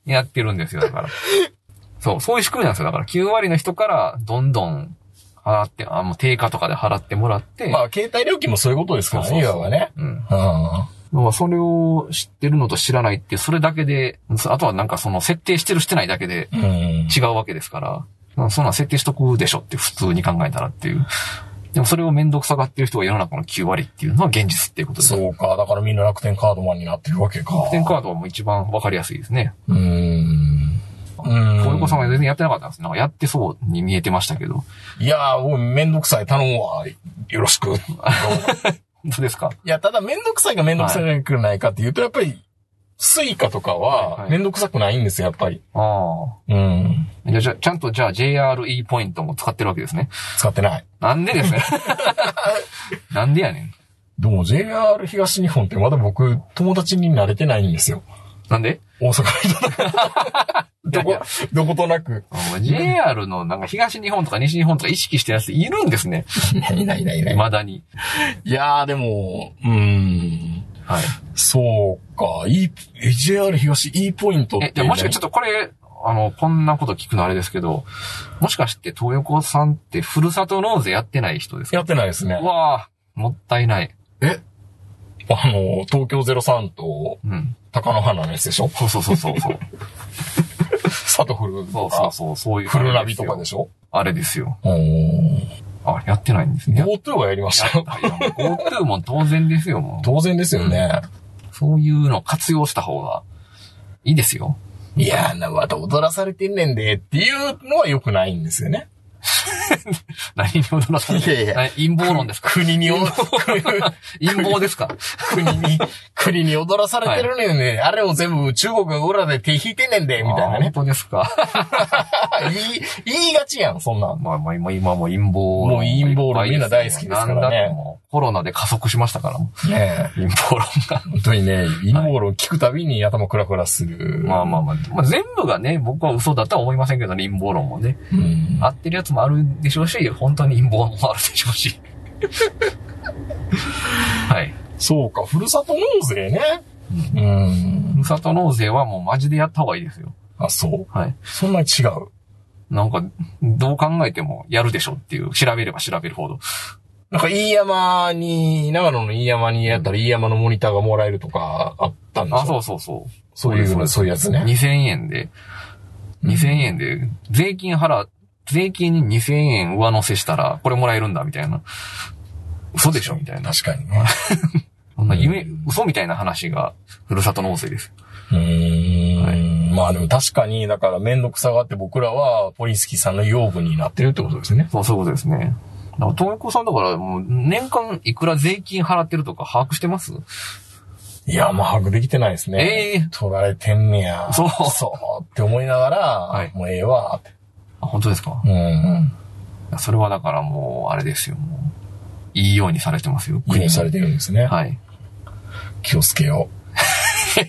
Speaker 4: やってるんですよ、だから。そう、そういう仕組みなんですよ。だから9割の人からどんどん払って、あ、もう定価とかで払ってもらって、
Speaker 3: まあ、携帯料金もそういうことですからね、いわばね。
Speaker 4: うん。
Speaker 3: う
Speaker 4: まあ、それを知ってるのと知らないって、それだけで、あとはなんかその設定してるしてないだけで
Speaker 3: ん。うん。
Speaker 4: 違うわけですから、まあそんなん設定しとくでしょって普通に考えたらっていう。でもそれをめんどくさがってる人が世の中の9割っていうのは現実っていうことです。
Speaker 3: そうか。だからみんな楽天カードマンになってるわけか。
Speaker 4: 楽天カードはもう一番わかりやすいですね。
Speaker 3: うーん。うーん。
Speaker 4: 小横さんは全然やってなかったんです。なんかやってそうに見えてましたけど。
Speaker 3: いやー、もうめんどくさい。頼むわ。よろし く。い
Speaker 4: 本当ですか
Speaker 3: や、ただめんどくさいがめんどくさくないかっていうと、やっぱり、スイカとか
Speaker 4: はい
Speaker 3: は
Speaker 4: はい
Speaker 3: めんどくさくないんですよ、やっぱり。
Speaker 4: あ
Speaker 3: うん。
Speaker 4: あ。じゃあじゃあ、ちゃんとじゃあ JRE ポイントも使ってるわけですね。
Speaker 3: 使ってない。
Speaker 4: なんでですね。なんでやねん。
Speaker 3: でも JR 東日本ってまだ僕、友達に慣れてないんですよ。
Speaker 4: なんで
Speaker 3: 大阪の人だど
Speaker 4: いやい
Speaker 3: こ、どことなく。
Speaker 4: あお前 JR のなんか東日本とか西日本とか意識してるや ついるんですね。
Speaker 3: ないないないない。
Speaker 4: 未だに。
Speaker 3: いやー、でも、うーん。
Speaker 4: はい。
Speaker 3: そうか。E、JR 東 E ポイントって、
Speaker 4: え、じゃあもしかちょっとこれ、あの、こんなこと聞くのあれですけど、もしかして東横さんってふるさと納税やってない人ですか
Speaker 3: やってないですね
Speaker 4: う。わぁ、もったいない。
Speaker 3: えあの、東京03と
Speaker 4: うん。
Speaker 3: 高野花のやつでしょ
Speaker 4: そうそうそうそうそう。
Speaker 3: サトフル
Speaker 4: そ
Speaker 3: と
Speaker 4: うそう
Speaker 3: か、
Speaker 4: そう、そういう。
Speaker 3: フルナビとかで
Speaker 4: ょ。
Speaker 3: しょ
Speaker 4: あれですよ。
Speaker 3: うーん。
Speaker 4: あ、やってないんですね。
Speaker 3: GoTo はやりました。
Speaker 4: いやもう GoTo も当然ですよ、もう。
Speaker 3: 当然ですよね。
Speaker 4: そういうのを活用した方がいいですよ。
Speaker 3: いやー、な、また踊らされてんねんで、っていうのは良くないんですよね。
Speaker 4: 何に驚かない
Speaker 3: いやいや
Speaker 4: 何陰謀論ですか
Speaker 3: 国に踊、
Speaker 4: 陰謀ですか
Speaker 3: 国に、国に踊らされてるねんで、あれを全部中国が裏で手引いてんねんで、 みたいな
Speaker 4: あ本
Speaker 3: ね。
Speaker 4: 当ですか
Speaker 3: 言い、言いがちやん、そんなん。
Speaker 4: まあまあ今、今もう陰謀論
Speaker 3: もう陰謀論
Speaker 4: いっぱいよ
Speaker 3: みんな大好きですからね
Speaker 4: なんだってもうコロナで加速しましたから、
Speaker 3: ね
Speaker 4: 陰謀論が。
Speaker 3: 本当にね、陰謀論聞くたびに頭クラクラする。
Speaker 4: まあまあまあ、まあ、全部がね、僕は嘘だとは思いませんけどね、陰謀論もね。
Speaker 3: うん。
Speaker 4: 合ってるやつもあるでしょうし、本当に陰謀もあるでしょうし。はい。
Speaker 3: そうか、ふるさと納税ね。うん。
Speaker 4: ふるさと納税はもうマジでやった方がいいですよ。
Speaker 3: あ、そう。
Speaker 4: はい。
Speaker 3: そんなに違う。
Speaker 4: なんか、どう考えてもやるでしょっていう、調べれば調べるほど。
Speaker 3: なんか、飯山に、長野の飯山にやったら飯山のモニターがもらえるとかあったんでしょ
Speaker 4: あ、そうそうそう。
Speaker 3: そういうの、そういうやつね。
Speaker 4: 2000円で、2000円で、税金払う、税金に2000円上乗せしたら、これもらえるんだ、みたいな。嘘でしょみたいな。
Speaker 3: 確か にね。
Speaker 4: そんな夢
Speaker 3: うん、
Speaker 4: 嘘みたいな話が、ふるさと納税です。
Speaker 3: うーん
Speaker 4: は
Speaker 3: まあでも確かに、だからめんどくさがって僕らはポリスキーさんの養分になってるってことですね。
Speaker 4: そう、そういうことですね。だから、東横さんだから、もう、年間いくら税金払ってるとか把握してます
Speaker 3: いや、まあ把握できてないです
Speaker 4: ええ
Speaker 3: ね。取られてんねや。
Speaker 4: そう
Speaker 3: そうって思いながら、
Speaker 4: い
Speaker 3: もうええわって。
Speaker 4: あ、本当ですか
Speaker 3: うん。
Speaker 4: それはだからもう、あれですよ、もう。いいようにされてますよ。
Speaker 3: 苦
Speaker 4: に
Speaker 3: 慮されてるんですね。
Speaker 4: はい。
Speaker 3: 気をつけよ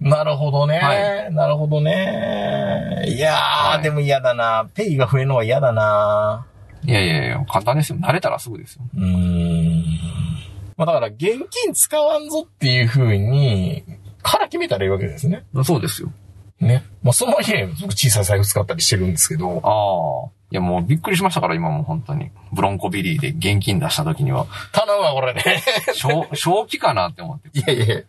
Speaker 3: う。なるほどね、
Speaker 4: は
Speaker 3: なるほどね。いやー、
Speaker 4: い
Speaker 3: でも嫌だな。ペイが増えるのは嫌だな。
Speaker 4: いやいやいや、簡単ですよ。慣れたらすぐですよ。
Speaker 3: うーん。まあだから、現金使わんぞっていう風に、から決めたらいいわけですね。
Speaker 4: そうですよ。
Speaker 3: ね。まあその家、僕小さい財布使ったりしてるんですけど、
Speaker 4: ああ。いや、もうびっくりしましたから、今もう本当に。ブロンコビリーで現金出した時には、
Speaker 3: 頼むわ、これね。
Speaker 4: 正、正気かなって思って。
Speaker 3: いやいやいや。い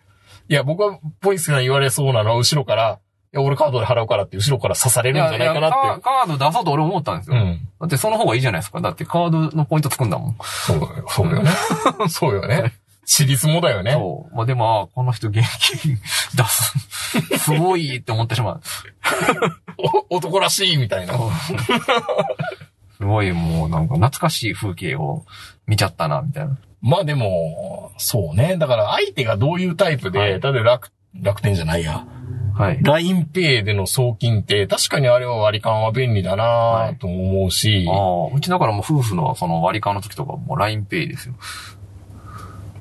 Speaker 3: や、僕は、ポイスが言われそうなのは、後ろから、いや、俺カードで払うからって、後ろから刺され
Speaker 4: い
Speaker 3: るんじ
Speaker 4: や
Speaker 3: ゃ
Speaker 4: い
Speaker 3: ない
Speaker 4: や
Speaker 3: かな
Speaker 4: カ
Speaker 3: って。
Speaker 4: カード出そうと俺思ったんです
Speaker 3: う
Speaker 4: よ。
Speaker 3: ん。
Speaker 4: だってその方がいいじゃないですか。だってカードのポイントつくんだもん。
Speaker 3: そうよ、そう よね。そうよね。私立もだよね。
Speaker 4: そう。まあでも、ああこの人現金 出す。 すごいって思ってしまう。
Speaker 3: お男らしいみたいな。
Speaker 4: すごいもうなんか懐かしい風景を見ちゃったな、みたいな。
Speaker 3: まあでも、そうね。だから相手がどういうタイプで、
Speaker 4: はい
Speaker 3: 例えば楽、楽天じゃないや。
Speaker 4: はい。
Speaker 3: LINEPay での送金って、確かにあれは割り勘は便利だなぁとも思うし、
Speaker 4: ああ、うちだからもう夫婦のその割り勘の時とかもう LINEPay ですよ。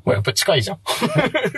Speaker 3: まあやっぱ近いじゃ ん。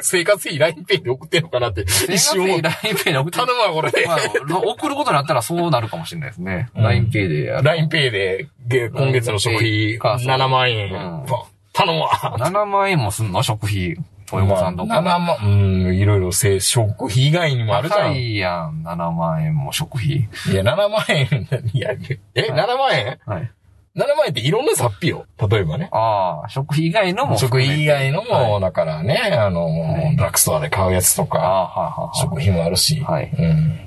Speaker 3: 生活費 LINEPay で送ってんのかなって一瞬思っ
Speaker 4: に
Speaker 3: た。
Speaker 4: ラインペイで送って
Speaker 3: 頼むわ、これで。
Speaker 4: まあ、送ることになったらそうなるかもしれないですね。
Speaker 3: うん
Speaker 4: ラインペイで。
Speaker 3: LINEPay でげ今月の食費
Speaker 4: LINE Pay かそう
Speaker 3: 7万円。
Speaker 4: うん
Speaker 3: 頼むわ。
Speaker 4: 7万円もすんの食費。豊子さんとか。
Speaker 3: まあ7万、うん、いろいろ生食費以外にもあるじゃ
Speaker 4: 高
Speaker 3: ん。い
Speaker 4: いやん、7万円も食費。
Speaker 3: や、7万円、いや、え、7万円
Speaker 4: はい。
Speaker 3: ?7 万円っていろんな雑費を。例えばね。
Speaker 4: ああ、食費以外のも
Speaker 3: 食
Speaker 4: 含めて。
Speaker 3: 費以外のも、だからね、あの、
Speaker 4: い
Speaker 3: ドラッグストアで買うやつと
Speaker 4: あ
Speaker 3: か、
Speaker 4: あ、はいはいはい。
Speaker 3: 食費もあるし。
Speaker 4: はい
Speaker 3: うん。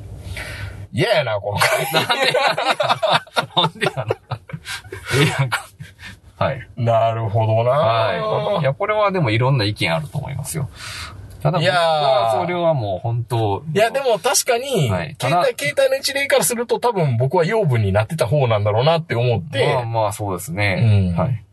Speaker 3: 嫌やな、今回。
Speaker 4: なんでやな。ええやんか。はい。
Speaker 3: なるほどな。
Speaker 4: はい。いや、これはでもいろんな意見あると思いますよ。ただ、
Speaker 3: いやー
Speaker 4: 僕はそれはもう本当。
Speaker 3: いや、でも確かに、
Speaker 4: はい
Speaker 3: 携帯、携帯の一例からすると多分僕は養分になってた方なんだろうなって思って、
Speaker 4: まあまあ、そうですね。
Speaker 3: うん
Speaker 4: はい。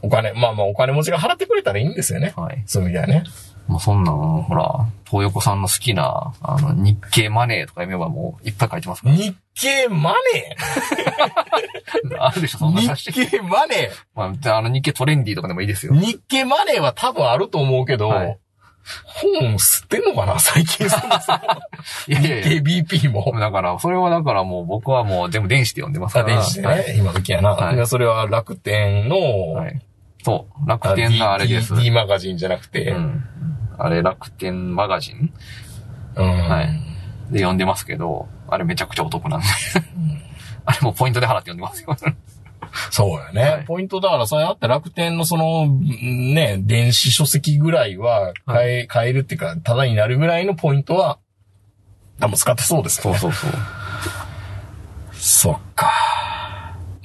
Speaker 3: お金、まあまあお金持ちが払ってくれたらいいんですよね。
Speaker 4: はい。
Speaker 3: そういう意味ではね。
Speaker 4: もうそんなん、ほら、東横さんの好きな、あの、日経マネーとか読めばもういっぱい書いてますから。
Speaker 3: 日経マネ
Speaker 4: あるでしょ、そんな
Speaker 3: ー
Speaker 4: 雑誌
Speaker 3: 日。経マネ
Speaker 4: まあじゃあ、あの、日経トレンディーとかでもいいですよ
Speaker 3: ー。日経マネーは多分あると思うけど、
Speaker 4: はい
Speaker 3: 本吸ってんのかな最近そもそも。
Speaker 4: いやいやいや。
Speaker 3: KBP も。
Speaker 4: だから、それはだからもう僕はもう全部電子で読んでますから。
Speaker 3: 電子で
Speaker 4: はい
Speaker 3: ね、今時やな。
Speaker 4: はい
Speaker 3: いやそれは楽天の、
Speaker 4: はい。そう、楽天のあれです。
Speaker 3: D, D マガジンじゃなくて、
Speaker 4: うん。あれ、楽天マガジン
Speaker 3: うん
Speaker 4: はいで読んでますけど、あれめちゃくちゃお得なんで。 あれもうポイントで払って読んでますよ。
Speaker 3: そうやね。
Speaker 4: はい
Speaker 3: ポイントだから、それあって楽天のその、んね、電子書籍ぐらいは買え、買えるっていうか、ただになるぐらいのポイントは、多分使ってそうです
Speaker 4: そうそうそう。
Speaker 3: そっか。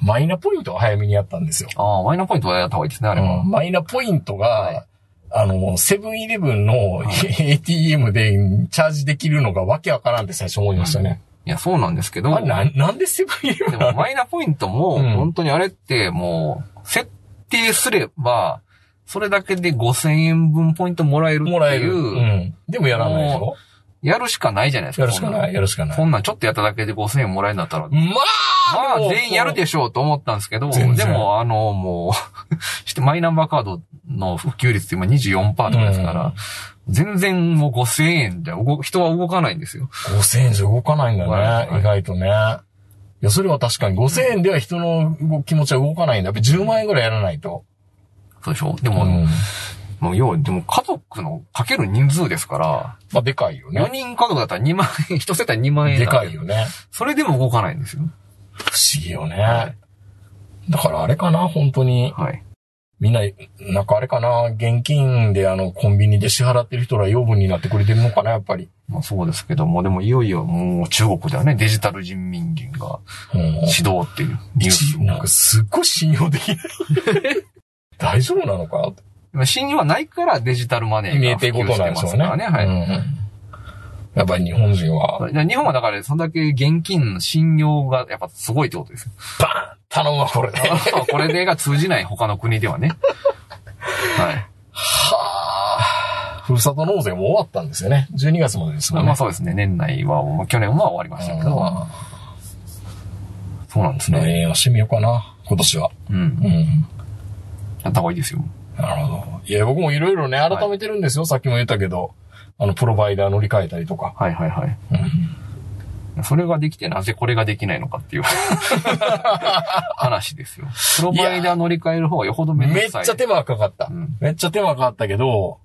Speaker 3: マイナポイントは早めにやったんですよ。
Speaker 4: ああ、マイナポイントはやった方がいいですね、あれは。
Speaker 3: マイナポイントが、
Speaker 4: はい
Speaker 3: あの、セブンイレブンの ATM でチャージできるのがわけわからんって最初思いましたね。
Speaker 4: いや、そうなんですけど。
Speaker 3: あれな、なんでセブンイレブ
Speaker 4: で
Speaker 3: ンな
Speaker 4: も、
Speaker 3: の
Speaker 4: マイナポイントも、
Speaker 3: うん
Speaker 4: 本当にあれって、もう、設定すれば、それだけで5000円分ポイントもらえるって
Speaker 3: もらえ
Speaker 4: い
Speaker 3: る。う
Speaker 4: う、
Speaker 3: ん。でもやらないでしょ
Speaker 4: やるしかないじゃないですか。
Speaker 3: やるしかない、やるしか
Speaker 4: こん
Speaker 3: なんい。
Speaker 4: こんなんちょっとやっただけで5000円もらえるんだったら、ま
Speaker 3: まあ
Speaker 4: あ、全員やる
Speaker 3: し
Speaker 4: でしょうと思ったんですけど、
Speaker 3: 全
Speaker 4: で
Speaker 3: 然
Speaker 4: も、あの、もう して、マイナンバーカードの普及率って今24%とかですから、全然もう5000円じゃ動、人は動かないんですよ。
Speaker 3: 5000円じゃ動かないんだね、
Speaker 4: はいはい
Speaker 3: 意外とね。いや、それは確かに5000円では人の動気持ちは動かないんだ。やっぱ10万円ぐらいやらないと。
Speaker 4: そうでしょで
Speaker 3: う
Speaker 4: も、
Speaker 3: ん。
Speaker 4: もう要は、でも家族のかける人数ですから、
Speaker 3: まあ、でかいよ
Speaker 4: 4
Speaker 3: ね。
Speaker 4: 人家族だったら2万円、1世帯2万円。
Speaker 3: でかいよ。ね。
Speaker 4: それでも動かないんですよ。
Speaker 3: 不思議よね。
Speaker 4: はい
Speaker 3: だからあれかな、本当に。
Speaker 4: はい。
Speaker 3: みんな、なんかあれかな、現金であの、コンビニで支払ってる人ら養分になってくれてるのかな、やっぱり。
Speaker 4: まあそうですけども、でもいよいよもう中国ではね、デジタル人民元が
Speaker 3: うん。
Speaker 4: 始動っていうニュース
Speaker 3: 一なんかすっごい信用でき ない。大丈夫なのか
Speaker 4: も。信用はないからデジタルマネー
Speaker 3: 見え
Speaker 4: が普
Speaker 3: て
Speaker 4: 及
Speaker 3: いくこと
Speaker 4: し
Speaker 3: な
Speaker 4: て
Speaker 3: んでしょ
Speaker 4: ます
Speaker 3: う
Speaker 4: か
Speaker 3: ね。
Speaker 4: らね。はい。
Speaker 3: うん。やっぱり日本人は、
Speaker 4: だから日本はだから、そんだけ現金の信用がやっぱすごいってことですよ。
Speaker 3: バ ーン頼むわ、これで。
Speaker 4: あこれでが通じない他の国ではね。はい。
Speaker 3: はあ。ふるさと納税も終わったんですよね。12月までですもんね。
Speaker 4: まあそうですね。年内は、もう去年は終わりましたけど、そうなんです
Speaker 3: うん
Speaker 4: ね。
Speaker 3: ええやしてみようかな、今年は。
Speaker 4: うん。
Speaker 3: うん。
Speaker 4: やった方がいいですよ。
Speaker 3: なるほど。いや、僕もいろいろね、改めてるんですよ、さっきも言ったけど。あの、プロバイダー乗り換えたりとか。
Speaker 4: はいはいはい。それができてなぜこれができないのかっ ていう話ですよ。プロバイダー乗り換える方がよほどめんど
Speaker 3: め
Speaker 4: く
Speaker 3: っち
Speaker 4: さい。
Speaker 3: ゃ手間かかった
Speaker 4: うん。
Speaker 3: めっちゃ手間かかったけど、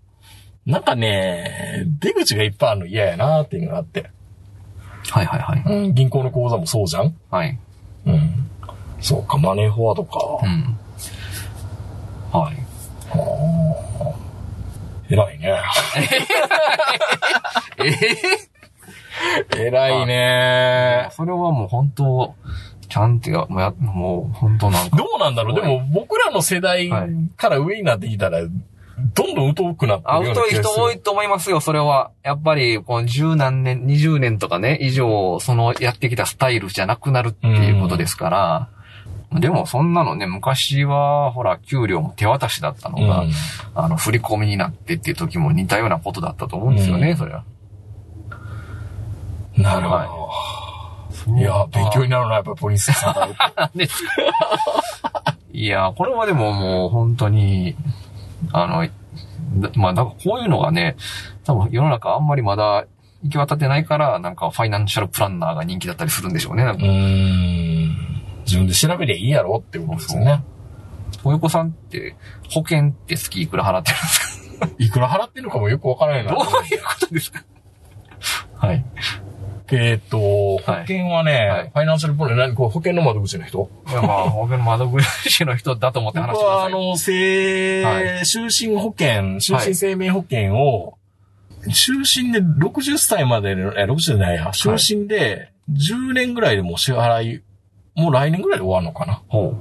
Speaker 3: なんかね、出口がいっぱいあるの嫌やなっていうのがあって。
Speaker 4: はいはいはい。
Speaker 3: うん、銀行の口座もそうじゃん
Speaker 4: はい。
Speaker 3: うん。そうか、マネーフォワードか。
Speaker 4: うん。 はい。
Speaker 3: 偉い ね。
Speaker 4: え
Speaker 3: 偉い
Speaker 4: え
Speaker 3: ね。
Speaker 4: それはもう本当、ちゃんとや、もうやもう本当なん か。
Speaker 3: どうなんだろうでも僕らの世代から上になってきたら、どんどん疎くなって
Speaker 4: ア
Speaker 3: るよう
Speaker 4: ウ
Speaker 3: な
Speaker 4: トい
Speaker 3: 気が
Speaker 4: 人
Speaker 3: す
Speaker 4: 多
Speaker 3: る。
Speaker 4: いと思いますよ、それは。やっぱり、この十何年、二十年とかね、以上、そのやってきたスタイルじゃなくなるっていうことですから、でもそんなのね、昔は、ほら、給料も手渡しだったのが、あの、振り込みになってっていう時も似たようなことだったと思うんですよね、
Speaker 3: うん
Speaker 4: それは。
Speaker 3: うん。なるほど。いや、勉強になるな、やっぱポリスさんだ。
Speaker 4: なんでいや、これはでももう本当に、あの、だまあ、なんかこういうのがね、多分世の中あんまりまだ行き渡ってないから、なんかファイナンシャルプランナーが人気だったりするんでしょうね。なん
Speaker 3: う
Speaker 4: か
Speaker 3: ーん。自分で調べりゃいいやろっていうことですよね。
Speaker 4: 豊子さんって保険って月いくら払ってるんですか
Speaker 3: いくら払ってるかもよくわからないな
Speaker 4: ど。ういうことですかはい。
Speaker 3: えーっと、保
Speaker 4: はい
Speaker 3: 険はね、
Speaker 4: はい
Speaker 3: ファイナンシャルプラン、何これ保険の窓口の人
Speaker 4: いやまあ、保険の窓口の人だと思って
Speaker 3: 僕
Speaker 4: 話してくだ
Speaker 3: は、
Speaker 4: さ
Speaker 3: あ
Speaker 4: い。
Speaker 3: の、生、
Speaker 4: は
Speaker 3: 就寝保険、就寝生命保険を、就寝で60歳までの、え、60じゃないや、就寝で10年ぐらいでもう支払い、もう来年ぐらいで終わるのかな。
Speaker 4: ほ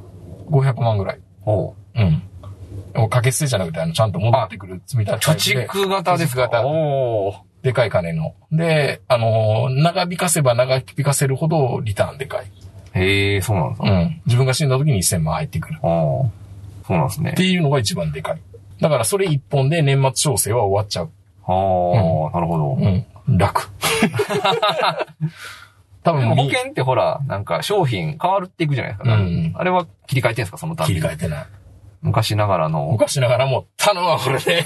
Speaker 4: う。
Speaker 3: 500万ぐらい。
Speaker 4: ほう。
Speaker 3: うん。もう掛け捨てじゃなくて、あの、ちゃんと戻ってくる積み立て
Speaker 4: 貯
Speaker 3: タイプで。
Speaker 4: 蓄型ですか
Speaker 3: 貯蓄型
Speaker 4: おー
Speaker 3: でかい金の。で、あのー、長引かせば長引かせるほどリターンでかい。
Speaker 4: へえ、そうなんです
Speaker 3: う
Speaker 4: か。
Speaker 3: ん。自分が死んだ時に1000万入ってくる。
Speaker 4: ああ。そうなんですね
Speaker 3: っ。ていうのが一番でかい。だからそれ一本で年末調整は終わっちゃう。
Speaker 4: ああ、なるほど。
Speaker 3: うん。楽。 多
Speaker 4: で
Speaker 3: 分
Speaker 4: も保
Speaker 3: み
Speaker 4: 険ってほら、なんか商品変わるっていくじゃないですか。
Speaker 3: うん
Speaker 4: あれは切り替えてんすか、そのた
Speaker 3: 切
Speaker 4: び
Speaker 3: り
Speaker 4: に。
Speaker 3: 替えてない。
Speaker 4: 昔ながらの、
Speaker 3: 昔ながらも、頼むわ、これ で。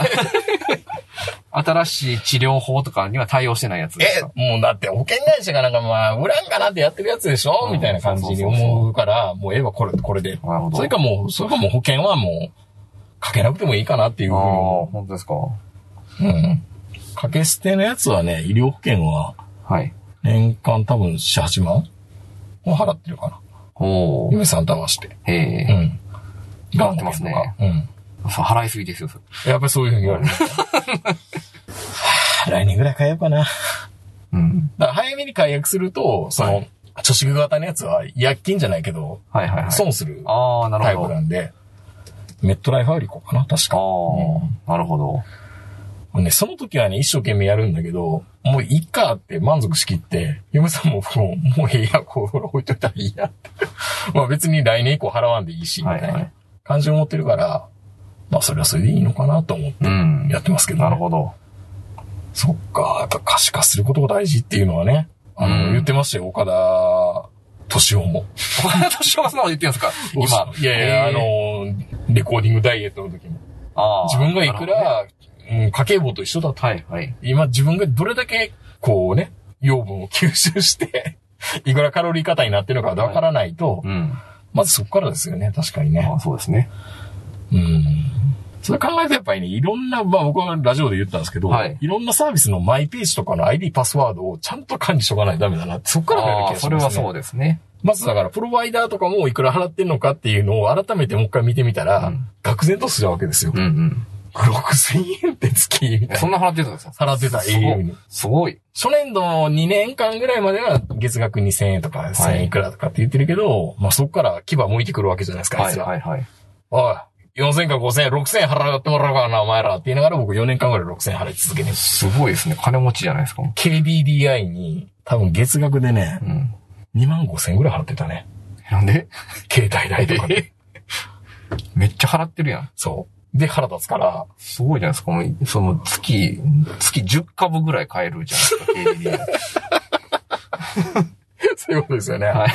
Speaker 4: 新しい治療法とかには対応してないやつです
Speaker 3: え
Speaker 4: か。、
Speaker 3: もうだって保険会社がなんかまあ、売らんかなってやってるやつでしょ、
Speaker 4: うん
Speaker 3: みたいな感じに思うから、もうええわ、これ、これで。
Speaker 4: なるほど。
Speaker 3: それかもう、それかもう保険はもう、かけなくてもいいかなっていうふう
Speaker 4: あ
Speaker 3: に
Speaker 4: あ
Speaker 3: 思う。、
Speaker 4: 本当ですか。
Speaker 3: うん。掛け捨てのやつはね、医療保険は
Speaker 4: はい。
Speaker 3: 年間多分4、8万を払ってるかな。
Speaker 4: おー。
Speaker 3: 嫁さんと合わせて。う
Speaker 4: へえ。
Speaker 3: ん。
Speaker 4: 頑張ってますね
Speaker 3: がん保険とかうん。
Speaker 4: そう払いすぎですよ、それ
Speaker 3: やっぱりそういうふうに言われる。はぁ 来年ぐらい解約かな。だか
Speaker 4: うん。
Speaker 3: ら早めに解約すると、その、貯蓄型のやつは、薬金じゃないけど、
Speaker 4: はいはいはい。
Speaker 3: 損する
Speaker 4: ああ、な
Speaker 3: タイ
Speaker 4: る
Speaker 3: プ
Speaker 4: ほど。あ
Speaker 3: なんで、メットライフアリコかな、確か。
Speaker 4: あ、なるほど。
Speaker 3: ね、その時はね、一生懸命やるんだけど、もういっかって満足しきって、嫁さんももう、もういいや、こう、置いといたらいいやって。 まあ別に来年以降払わんでいいし、みたい
Speaker 4: はいは
Speaker 3: ない感じを持ってるから、まあそれはそれでいいのかなと思って
Speaker 4: うん。
Speaker 3: やってますけど、ね。
Speaker 4: なるほど。
Speaker 3: そっか、やっぱ可視化することが大事っていうのはね、あの、
Speaker 4: うん
Speaker 3: 言ってましたよ、岡田敏夫も。
Speaker 4: 小林敏夫がそんなこと言ってるんですか今。
Speaker 3: いやいや、あ
Speaker 4: へー、
Speaker 3: の、レコーディングダイエットの時も。
Speaker 4: あー
Speaker 3: 自分がいく
Speaker 4: なるほどね
Speaker 3: ら、うん、家計簿と一緒だと。
Speaker 4: はいはい。
Speaker 3: 今自分がどれだけ、こうね、養分を吸収して、 いくらカロリー型になってるのかわからないと、
Speaker 4: うん。
Speaker 3: まずそこからですよね、確かにね
Speaker 4: ま。あそうですね。
Speaker 3: うん。それ考えるとやっぱりね、いろんな、まあ僕はラジオで言ったんですけど、
Speaker 4: はい
Speaker 3: い、ろんなサービスのマイページとかの ID パスワードをちゃんと管理しとかないとダメだなって、そこからのような
Speaker 4: あ
Speaker 3: 気
Speaker 4: あ、
Speaker 3: が
Speaker 4: そ
Speaker 3: し
Speaker 4: れ
Speaker 3: ま
Speaker 4: は
Speaker 3: すね。
Speaker 4: そうですね。
Speaker 3: まずだから、プロバイダーとかもいくら払ってんのかっていうのを改めてもう一回見てみたら、
Speaker 4: うん
Speaker 3: 愕然とするわけですよ。
Speaker 4: うんうん。
Speaker 3: 6000円って月、みたい
Speaker 4: そ
Speaker 3: な。
Speaker 4: んな払ってたんですか
Speaker 3: 払ってた、
Speaker 4: すご
Speaker 3: 永遠
Speaker 4: い
Speaker 3: に。。
Speaker 4: すごい。
Speaker 3: 初年度の2年間ぐらいまでは月額2000円とか1000円いくらとかって言ってるけど、まあそこから牙向いてくるわけじゃないですか、あ
Speaker 4: はいい
Speaker 3: つら
Speaker 4: はいはい。
Speaker 3: おい、4000円か5000円、6000円払ってもらおうかな、お前らって言いながら僕4年間ぐらい6000円払い続けてる。
Speaker 4: すごいですね。金持ちじゃないですか。う
Speaker 3: KDDI に多分月額でね、
Speaker 4: ん。
Speaker 3: 2万5000円ぐらい払ってたね。
Speaker 4: なんで
Speaker 3: 携帯代とかね。
Speaker 4: めっちゃ払ってるやん。
Speaker 3: そう。で腹立つから、
Speaker 4: すごいじゃないですか。もう、その月、月10株ぐらい買えるじゃないですか、
Speaker 3: そういうことですよね。
Speaker 4: KDDI はい。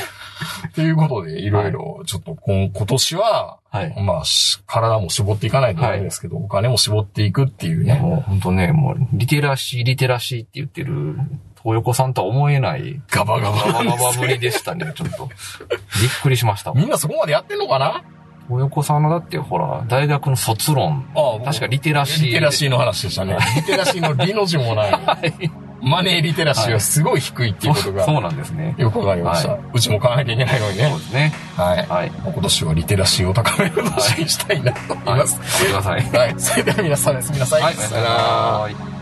Speaker 3: ということで、いろいろ、ちょっとこん、今年は、
Speaker 4: はい
Speaker 3: まあ、し体も絞っていかないとダメですけど、お金も絞っていくっていう
Speaker 4: いや、
Speaker 3: ね。
Speaker 4: もう本当ね、もう、リテラシー、リテラシーって言ってる、東横さんとは思えない、
Speaker 3: ガバガ
Speaker 4: ガバ
Speaker 3: バ
Speaker 4: ガバぶりでしたね、ちょっと。びっくりしまし た。
Speaker 3: みんなそこまでやってんのかな
Speaker 4: 東横さんのだって、ほら、大学の卒論、
Speaker 3: ああ
Speaker 4: 確かリテラシー。
Speaker 3: リテラシーの話でしたね。リテラシーのリの字もない。マネーリテラシーはすごい低いっていうことが
Speaker 4: そうなんですね。
Speaker 3: よくわかりました。
Speaker 4: は
Speaker 3: うちも買わなきゃいけないのに
Speaker 4: そう
Speaker 3: ね
Speaker 4: で。すね。
Speaker 3: はい。
Speaker 4: はい。
Speaker 3: 今年はリテラシーを高める年にしたいなと思い
Speaker 4: はい。
Speaker 3: ま
Speaker 4: 頑
Speaker 3: す。
Speaker 4: 張ってください。
Speaker 3: はい。それでは皆さんおやすみなさい。
Speaker 4: はい。さよなら。